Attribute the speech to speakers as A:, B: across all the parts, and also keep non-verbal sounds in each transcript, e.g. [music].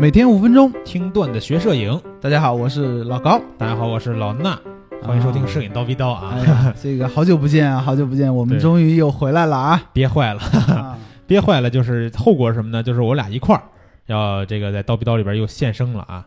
A: 每天五分钟。
B: 听段子学摄影。
A: 大家好，我是老高，
B: 大家好，我是老衲，欢迎收听《摄
A: 影。
B: 影刀逼刀》啊！
A: 哎呀，这个好久不见啊，好久不见，我们
B: 对
A: 终于又回来了
B: [laughs]
A: 啊！
B: 憋坏了，
A: 啊
B: 憋坏了，就是后果是什么呢？就是我俩一块儿要这个在刀逼刀里边又现身了啊！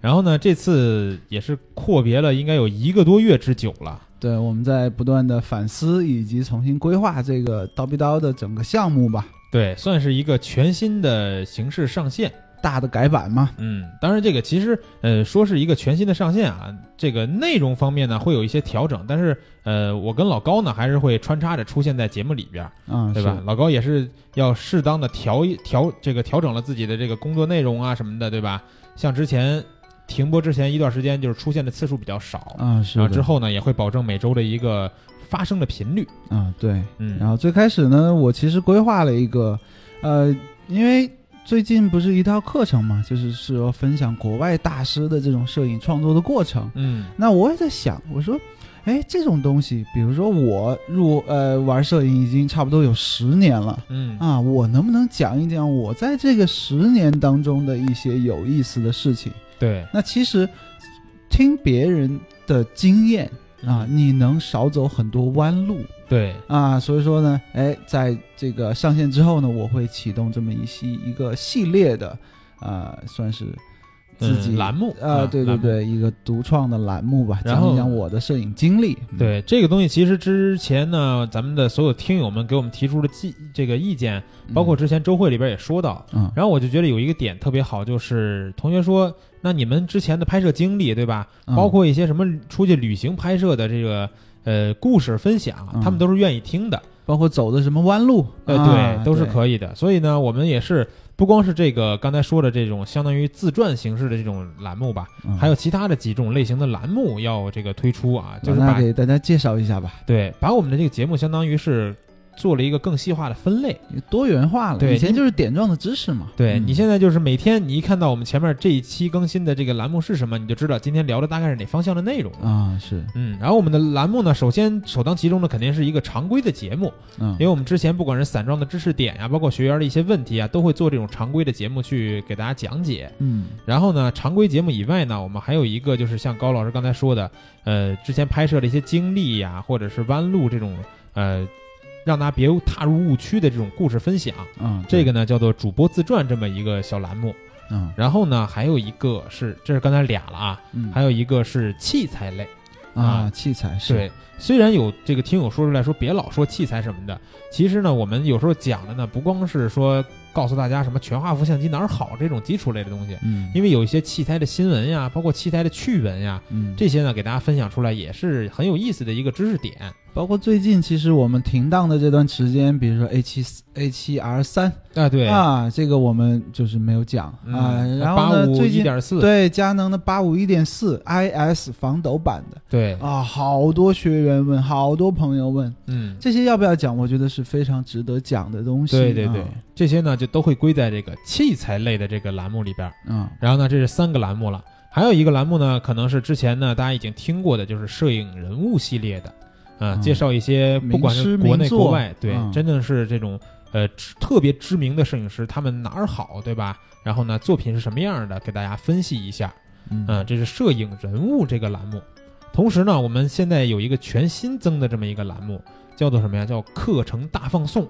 B: 然后呢，这次也是阔别了，应该有一个多月之久了。
A: 对，我们在不断的反思以及重新规划这个刀逼刀的整个项目吧，
B: 对，算是一个全新的形式上线。
A: 大的改版嘛。
B: 嗯，当然这个其实呃说是一个全新的上线啊，这个内容方面呢会有一些调整，但是呃我跟老高呢还是会穿插着出现在节目里边儿，
A: 啊、
B: 对吧？老高也是要适当的调一调这个调整了自己的这个工作内容啊什么的，对吧？像之前停播之前一段时间就是出现的次数比较少
A: 是？，啊，是
B: 然
A: 的。
B: 后之后呢也会保证每周的一个发生的频率，
A: 啊，对。
B: 嗯，
A: 然后最开始呢，我其实规划了一个，呃，因为最近不是一套课程嘛，就是是要分享国外大师的这种摄影创作的过程。
B: 嗯
A: 那我也在想，我说，哎，这种东西，比如说我入呃玩摄影已经差不多有十年了
B: 嗯
A: 啊，我能不能讲一讲我在这个十年当中的一些有意思的事情？
B: 对
A: 那其实听别人的经验啊，你能少走很多弯路
B: 对
A: 啊。所以说呢，哎，在这个上线之后呢，我会启动这么一系一个系列的，啊，算是。自己、
B: 嗯栏目
A: 啊，
B: 嗯
A: 对对
B: 栏目
A: 对，一个独创的栏目吧，
B: 然
A: 讲
B: 后
A: 一讲我的摄影经历。嗯，
B: 对这个东西，其实之前呢，咱们的所有听友们给我们提出的意这个意见，
A: 嗯
B: 包括之前周会里边也说到。
A: 嗯
B: 然后我就觉得有一个点特别好，就是同学说，那你们之前的拍摄经历，对吧？
A: 嗯
B: 包括一些什么出去旅行拍摄的这个呃故事分享
A: 嗯，啊
B: 他们都是愿意听的，
A: 包括走的什么弯路，
B: 呃，
A: 啊
B: 对，都是可以的。所以呢，我们也是不光是这个刚才说的这种相当于自传形式的这种栏目吧，
A: 嗯
B: 还有其他的几种类型的栏目要这个推出啊，就是
A: 那
B: 把
A: 给大家介绍一下吧，
B: 对，把我们的这个节目相当于是做了一个更细化的分类。
A: 多元化了。
B: 对
A: 以前
B: 你
A: 就是点状的知识嘛。
B: 对、
A: 嗯
B: 你现在就是每天你一看到我们前面这一期更新的这个栏目是什么，你就知道今天聊的大概是哪方向的内容了。
A: 啊是，
B: 嗯，然后我们的栏目呢，首先首当其冲的肯定是一个常规的节目，
A: 嗯
B: 因为我们之前不管是散装的知识点呀、包括学员的一些问题啊，都会做这种常规的节目去给大家讲解。
A: 嗯
B: 然后呢，常规节目以外呢，我们还有一个就是像高老师刚才说的，呃，之前拍摄的一些经历呀、或者是弯路这种，呃，让大家别踏入误区的这种故事分享。
A: 嗯，
B: 这个呢叫做主播自传这么一个小栏目。
A: 嗯
B: 然后呢，还有一个是，这是刚才俩了啊，
A: 嗯
B: 还有一个是器材类。
A: 啊
B: 啊
A: 器材是
B: 对，虽然有这个听友说出来说别老说器材什么的，其实呢，我们有时候讲的呢，不光是说告诉大家什么全画幅相机哪儿好这种基础类的东西，
A: 嗯
B: 因为有一些器材的新闻呀，包括器材的趣闻呀，
A: 嗯
B: 这些呢给大家分享出来也是很有意思的一个知识点。
A: 包括最近其实我们停档的这段时间，比如说 A 七 A 七 E R 三
B: 啊，对，嗯
A: 啊，这个我们就是没有讲啊。然后
B: 八
A: 呢，
B: 五
A: 最
B: 一
A: 近
B: 点四，
A: 对佳能的八五一点四 IS 防抖版的
B: 对，
A: 啊，好多学员问，好多朋友问，
B: 嗯，
A: 这些要不要讲？我觉得是非常值得讲的东西。
B: 对对对
A: 啊，
B: 这些呢就都会归在这个器材类的这个栏目里边儿。
A: 啊，
B: 然后呢，这是三个栏目了，还有一个栏目呢，可能是之前呢大家已经听过的，就是摄影人物系列的，啊，
A: 嗯
B: 介绍一些不管
A: 名师
B: 是国
A: 名
B: 内
A: 作
B: 国外，对，
A: 嗯
B: 真的是这种呃知特别知名的摄影师，他们哪儿好，对吧？然后呢，作品是什么样的，给大家分析一下。
A: 嗯
B: 嗯，这是摄影人物这个栏目。同时呢，我们现在有一个全新增的这么一个栏目，叫做什么呀？叫课程大放送。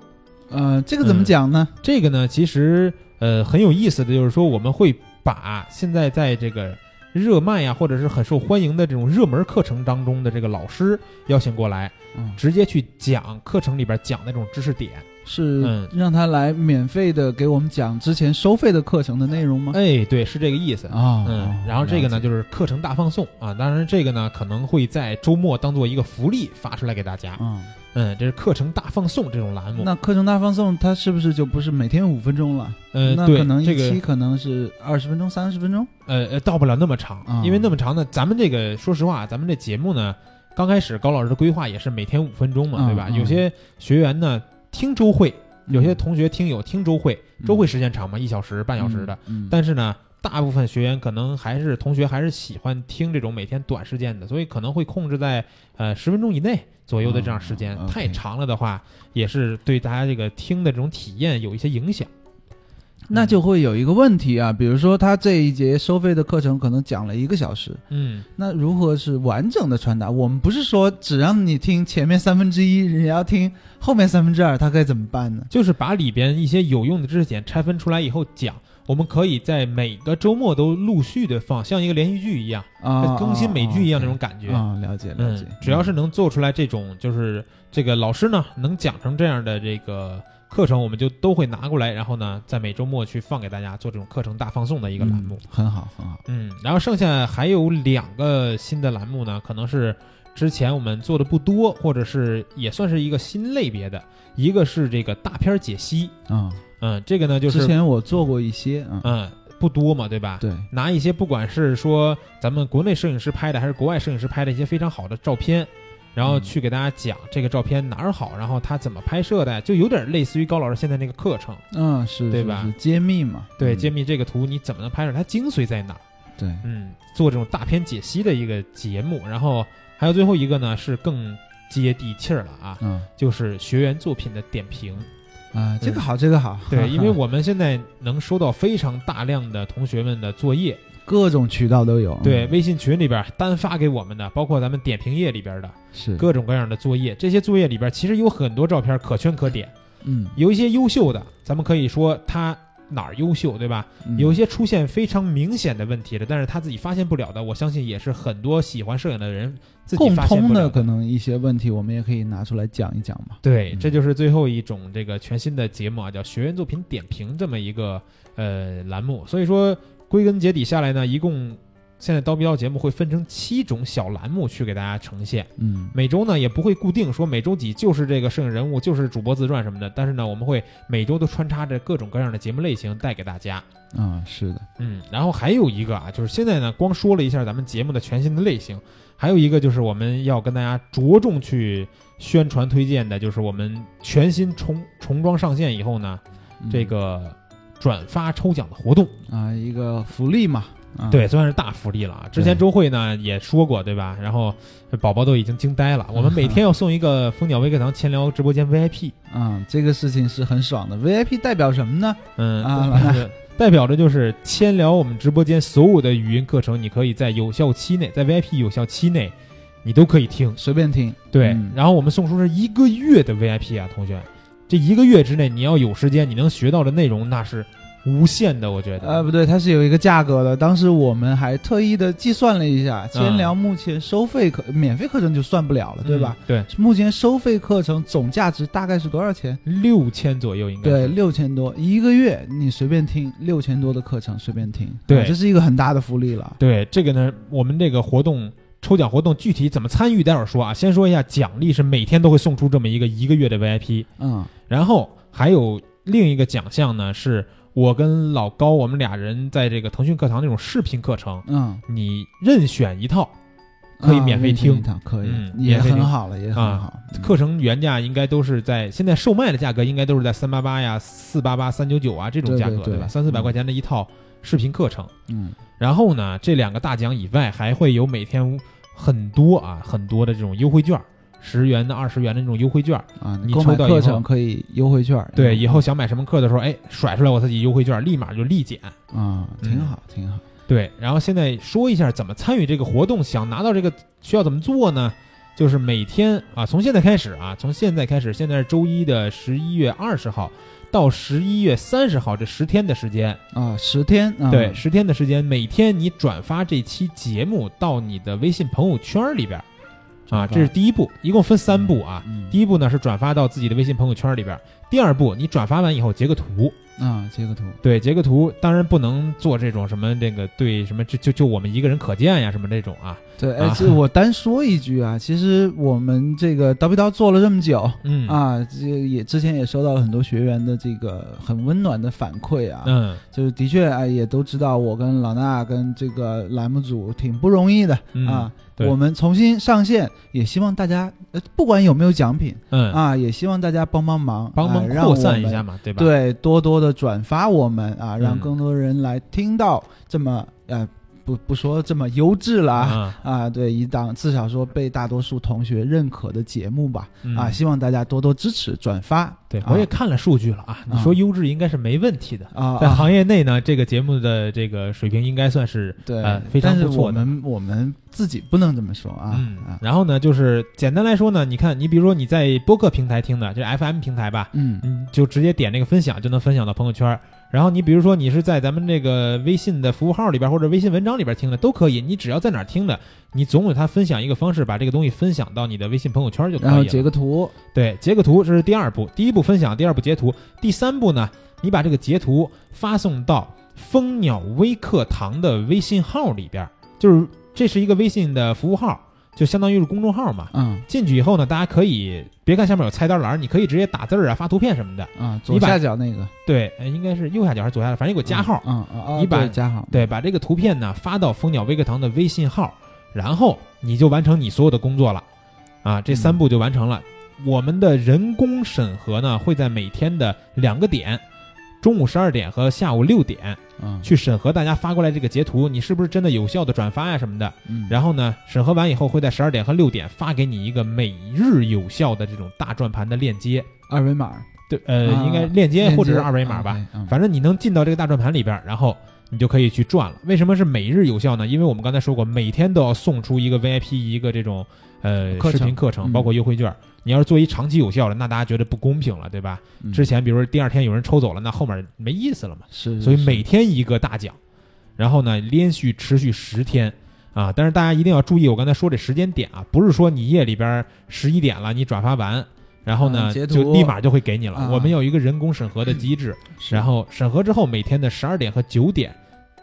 A: 呃，这个怎么
B: 嗯
A: 讲呢？
B: 这个呢，其实呃很有意思的就是说，我们会把现在在这个热卖呀，或者是很受欢迎的这种热门课程当中的这个老师邀请过来，
A: 嗯，
B: 直接去讲课程里边讲的这种知识点。
A: 是
B: 嗯
A: 让他来免费的给我们讲之前收费的课程的内容吗？
B: 哎，对，是这个意思。
A: 啊，
B: 嗯，然后这个呢
A: 了解
B: 就是课程大放送啊，当然这个呢可能会在周末当做一个福利发出来给大家。
A: 嗯，
B: 嗯，这是课程大放送这种栏目。
A: 那课程大放送它是不是就不是每天五分钟了？
B: 呃，
A: 那
B: 对
A: 可能一
B: 这个
A: 期可能是二十分钟、三十分钟。
B: 呃呃，到不了那么长，
A: 啊
B: 因为那么长呢，咱们这个说实话，咱们这节目呢，刚开始高老师的规划也是每天五分钟嘛，
A: 嗯
B: 对吧？
A: 嗯
B: 有些学员呢听周会，有些同学听友听周会，
A: 嗯
B: 周会时间长嘛，一小时半小时的，，
A: 嗯，嗯
B: 但是呢。大部分学员可能还是同学，还是喜欢听这种每天短时间的，所以可能会控制在呃十分钟以内左右的这样时间。
A: 嗯嗯，OK
B: 太长了的话，也是对大家这个听的这种体验有一些影响。
A: 那就会有一个问题啊，比如说他这一节收费的课程可能讲了一个小时，
B: 嗯，
A: 那如何是完整的传达？我们不是说只让你听前面三分之一，人家要听后面三分之二，他该怎么办呢？
B: 就是把里边一些有用的知识点拆分出来以后讲。我们可以在每个周末都陆续的放，像一个连续剧一样，
A: 啊，
B: 哎更新美剧一样那种感觉。
A: 啊，了解了解
B: 嗯，，只要是能做出来这种，就是这个老师呢能讲成这样的这个课程，我们就都会拿过来，然后呢，在每周末去放给大家做这种课程大放送的一
A: 一
B: 个栏目。
A: 很好很好，
B: 嗯然后剩下还有两个新的栏目呢，可能是之前我们做的不多，或者是也算是一个新类别的，一个是这个大片儿解析，
A: 啊，
B: 嗯，这个呢就
A: 之
B: 是
A: 前我做过一些，啊，
B: 嗯不多嘛，对吧？
A: 对，
B: 拿一些不管是说咱们国内摄影师拍的，还是国外摄影师拍的一些非常好的照片，然
A: 嗯
B: 后去给大家讲这个照片哪儿好，然后他怎么拍摄的，就有点类似于高老师现在那个课程，
A: 嗯，是，
B: 对
A: 是
B: 吧
A: 是揭秘嘛，
B: 对，
A: 嗯
B: 揭秘这个图你怎么能拍出来，它精髓在哪儿？
A: 对，
B: 嗯，做这种大片解析的一个节目，然后还有最后一个呢是更接地气儿了啊，
A: 啊
B: 就是学员作品的点评。
A: 啊，这个好，这个好， [laughs]
B: 对，因为我们现在能收到非常大量的同学们的作业，
A: 各种渠道都有，
B: 对，
A: 嗯
B: 微信群里边单发给我们的，包括咱们点评页里边的
A: 是，
B: 各种各样的作业。这些作业里边其实有很多照片可圈可点，
A: 嗯，
B: 有一些优秀的，咱们可以说他哪儿优秀，对吧？
A: 嗯
B: 有一些出现非常明显的问题的，但是他自己发现不了的，我相信也是很多喜欢摄影的人自己
A: 共
B: 发现
A: 通
B: 不了
A: 的可能一些问题，我们也可以拿出来讲一讲嘛。
B: 对，
A: 嗯
B: 这就是最后一种这个全新的节目啊，叫学员作品点评这么一个呃栏目。所以说，归根结底下来呢，一共现在刀逼刀节目会分成七种小栏目去给大家呈现。
A: 嗯，
B: 每周呢也不会固定说每周几就是这个摄影人物，就是主播自传什么的，但是呢，我们会每周都穿插着各种各样的节目类型带给大家。
A: 啊，是的，
B: 嗯，然后还有一个啊，就是现在呢，光说了一下咱们节目的全新的类型，还有一个就是我们要跟大家着重去宣传推荐的，就是我们全新重重装上线以后呢，
A: 嗯
B: 这个转发抽奖的活动，
A: 啊，一个福利嘛，啊，
B: 对，算是大福利了啊。之前周慧呢也说过，对吧？然后宝宝都已经惊呆了，我们每天要送一个蜂鸟微课堂千聊直播间 VIP，
A: 啊，这个事情是很爽的。VIP 代表什么呢？
B: 嗯，
A: 啊
B: 就是代表着就是千聊我们直播间所有的语音课程，你可以在有效期内，在 VIP 有效期内，你都可以听。
A: 随便听，
B: 对，
A: 嗯
B: 然后我们送出是一个月的 VIP 啊，同学，这一个月之内你要有时间，你能学到的内容那是无限的，我觉得。
A: 呃，不对，它是有一个价格的。当时我们还特意的计算了一
B: 嗯
A: 下，千聊目前收费课、免费课程就算不了了，
B: 嗯
A: 呃对吧？？
B: 对，
A: 目前收费课程总价值大概是多少钱？
B: 六千左右应该
A: 对，
B: 是。
A: 六千多一个月，你随便听六千多的课程，随便听，
B: 对
A: 啊这是一个很大的福利了。
B: 对这个呢，我们这个活动抽奖活动具体怎么参与，待会儿说啊。先说一下奖励是每天都会送出这么一个一个月的 VIP，
A: 嗯，
B: 然后还有另一个奖项呢，是我跟老高我们俩人在这个腾讯课堂那种视频课程，
A: 嗯，
B: 你任选一套，可以免费听
A: 啊一趟可以，
B: 嗯
A: 也
B: 免费听
A: 很好了，也很
B: 啊
A: 好。嗯
B: 课程原价应该都是在现在售卖的价格应该都是在三八八呀、四八八、三九九啊这种价格，
A: 对对对
B: 吧？三四百
A: 嗯
B: 块钱的一套视频课程。
A: 嗯
B: 然后呢，这两个大奖以外，还会有每天很多啊很多的这种优惠券儿，十元的、二十元的这种优惠券儿。
A: 啊，
B: 你
A: 购
B: 抽
A: 买
B: 到以后
A: 课程可以优惠券儿，嗯
B: 对，以后想买什么课的时候，哎，甩出来我自己优惠券儿，立马就立减。
A: 啊，
B: 嗯
A: 挺好，挺好。
B: 对，然后现在说一下怎么参与这个活动，想拿到这个需要怎么做呢？就是每天啊，从现在开始啊，从现在开始，现在是周一的十一月二十号到十一月三十号这十天的时间，
A: 啊，十天啊，
B: 对，十天的时间，每天你转发这期节目到你的微信朋友圈里边儿啊，
A: 转发
B: 这是第一步，一共分三步啊。
A: 嗯
B: 第一步呢是转发到自己的微信朋友圈里边儿，第二步你转发完以后截个图，
A: 啊，截个图，
B: 对，截个图，当然不能做这种什么这个对什么就就就我们一个人可见呀什么这种啊，
A: 对，
B: 啊
A: 哎，这我单说一句
B: [laughs]
A: 啊，其实我们这个叨逼叨做了这么久
B: 嗯
A: 啊，这也之前也收到了很多学员的这个很温暖的反馈啊，
B: 嗯
A: 就是的确哎也都知道我跟老衲跟这个栏目组挺不容易的
B: 嗯
A: 啊，
B: 对
A: 我们重新上线，也希望大家呃不管有没有奖品
B: 嗯，
A: 啊，也希望大家帮帮忙，
B: 帮忙
A: 哎让
B: 扩散
A: 我
B: 一
A: 们
B: 下嘛，对吧？
A: 对，多多的转发我们啊，让
B: 嗯
A: 更多人来听到这么、呃不不说这么优质了啊
B: 啊
A: 啊，对，一档至少说被大多数同学认可的节目吧
B: 嗯
A: 啊，希望大家多多支持转发。
B: 对
A: 啊
B: 我也看了数据了啊，你说优质应该是没问题的， [laughs]
A: 啊，
B: 在
A: 啊
B: 行业内呢，这个节目的这个水平应该算是
A: 对
B: 呃，非常
A: 但是
B: 不错
A: 我
B: 的。
A: 们我们自己不能这么说啊
B: 嗯
A: 啊，
B: 然后呢，就是简单来说呢，你看，你比如说你在播客平台听的，就是 FM 平台吧，
A: 嗯
B: 你就直接点那个分享，就能分享到朋友圈。然后你比如说你是在咱们这个微信的服务号里边或者微信文章里边听的都可以，你只要在哪儿听的，你总有它分享一个方式把这个东西分享到你的微信朋友圈就可以
A: 然后
B: 了。
A: 截个图，
B: 对，截个图，这是第二步。第一步分享，第二步截图，第三步呢，你把这个截图发送到蜂鸟微课堂的微信号里边儿，就是这是一个微信的服务号，就相当于是公众号嘛。
A: 嗯
B: 进去以后呢，大家可以别看下面有菜单栏儿，你可以直接打字儿啊、发图片什么的。
A: 啊，左
B: 你把
A: 下角那个
B: 对，呃应该是右下角还是左下角，反正有个加号。
A: 嗯啊啊，
B: 你把
A: 对加号，
B: 对，把这个图片呢发到蜂鸟微课堂的微信号，然后你就完成你所有的工作了，啊，这
A: 嗯
B: 三步就完成了。我们的人工审核呢会在每天的两个点，中午十二点和下午六点
A: 嗯
B: 去审核大家发过来这个截图，你是不是真的有效的转发呀、什么的。
A: 嗯，
B: 然后呢，审核完以后会在十二点和六点发给你一个每日有效的这种大转盘的链接，
A: 二维码
B: 对，呃，
A: 啊
B: 应该链接
A: 链
B: 或者
A: 接
B: 是二维码
A: 啊
B: 吧。
A: 对嗯
B: 反正你能进到这个大转盘里边儿，然后你就可以去转了。为什么是每日有效呢？因为我们刚才说过，每天都要送出一个 VIP 一个这种呃
A: 课程
B: 视频课程，
A: 嗯
B: 包括优惠券。你要是做一长期有效的，那大家觉得不公平了，对吧？
A: 嗯
B: 之前比如说第二天有人抽走了，那后面没意思了嘛。
A: 是，
B: 所以
A: 是
B: 每天一个大奖，然后呢连续持续十天。啊，但是大家一定要注意，我刚才说这时间点啊，不是说你夜里边十一点了，你转发完，然后
A: 嗯
B: 呢、
A: 截图
B: 就立马就会给你了。
A: 啊
B: 我们有一个人工审核的机制，
A: 是
B: 然后审核之后，每天的十二点和九点，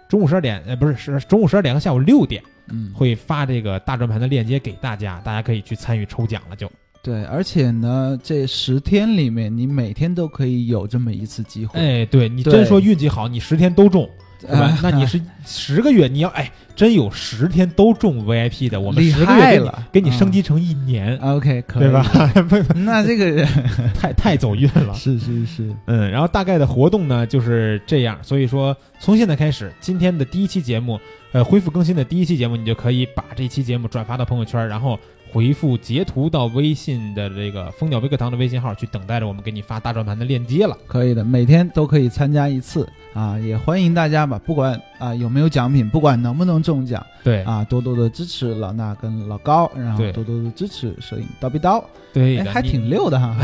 B: 中午十二点，呃，不是是中午十二点和下午六点
A: 嗯
B: 会发这个大转盘的链接给大家，大家可以去参与抽奖了就。
A: 对，而且呢，这十天里面你每天都可以有这么一次机会，
B: 哎，对你
A: 对啊
B: 真说运气好，你十天都中，
A: 是
B: 对吧？那你是十个月，你要哎真有十天都中 VIP 的，我们
A: 厉
B: 十个月
A: 害
B: 给你
A: 了，
B: 给你
A: 嗯啊
B: 升级成一年，
A: OK 可以？
B: 对吧？[laughs] 不
A: 那这 [laughs] 个。
B: 太太走运了
A: 是是是，
B: 嗯，然后大概的活动呢就是这样，所以说从现在开始，今天的第一期节目，呃，恢复更新的第一期节目，你就可以把这期节目转发到朋友圈，然后回复截图到微信的这个蜂鸟微课堂的微信号，去等待着我们给你发大转盘的链接了。
A: 可以的，每天都可以参加一次啊，也欢迎大家吧，不管啊有没有奖品，不管能不能中奖
B: 对
A: 啊，多多的支持老衲跟老高，然后
B: 对
A: 多多的支持摄影叨逼叨，
B: 对
A: 哎，
B: 的
A: 还
B: 你
A: 挺溜的哈，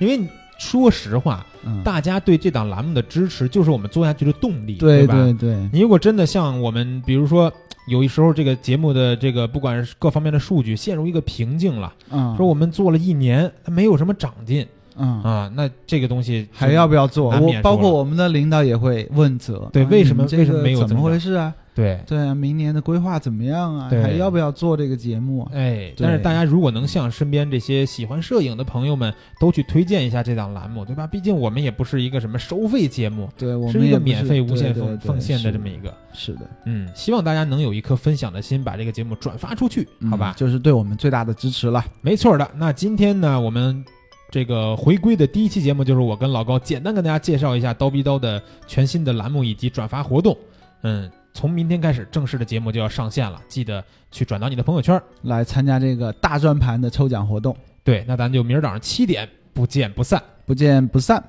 B: 因为你说实话，
A: 嗯，
B: 大家对这档栏目的支持，就是我们做下去的动力，
A: 对
B: 吧？
A: 对对，
B: 你如果真的像我们，比如说有一时候这个节目的这个不管是各方面的数据陷入一个瓶颈了，
A: 嗯，
B: 说我们做了一年没有什么长进
A: 嗯
B: 啊，那这个东西就
A: 还要不要做？
B: 难
A: 我
B: 免
A: 包
B: 说
A: 括
B: 了
A: 我们的领导也会问责，
B: 对
A: 啊
B: 为什么
A: 你们这
B: 为什么
A: 个
B: 没有
A: 怎么
B: 增长
A: 回事啊？
B: 对，
A: 对啊，明年的规划怎么样啊？
B: 对
A: 还要不要做这个节目啊？
B: 哎，
A: 对
B: 但是大家如果能向身边这些喜欢摄影的朋友们都去推荐一下这档栏目，对吧？毕竟我们也不是一个什么收费节目，
A: 对我
B: 是
A: 们
B: 一
A: 也
B: 个
A: 不
B: 免
A: 是
B: 费无
A: 对
B: 限
A: 对
B: 奉
A: 对
B: 奉献的
A: 是
B: 这么一个，
A: 是的，
B: 嗯，希望大家能有一颗分享的心，把这个节目转发出去，
A: 嗯
B: 好吧？
A: 就是对我们最大的支持了。
B: 没错的。那今天呢，我们这个回归的第一期节目，就是我跟老高简单跟大家介绍一下刀逼刀的全新的栏目以及转发活动。嗯，从明天开始，正式的节目就要上线了，记得去转到你的朋友圈。
A: 来参加这个大转盘的抽奖活动，
B: 对，那咱就明儿早上七点不见不散。
A: 不见不散。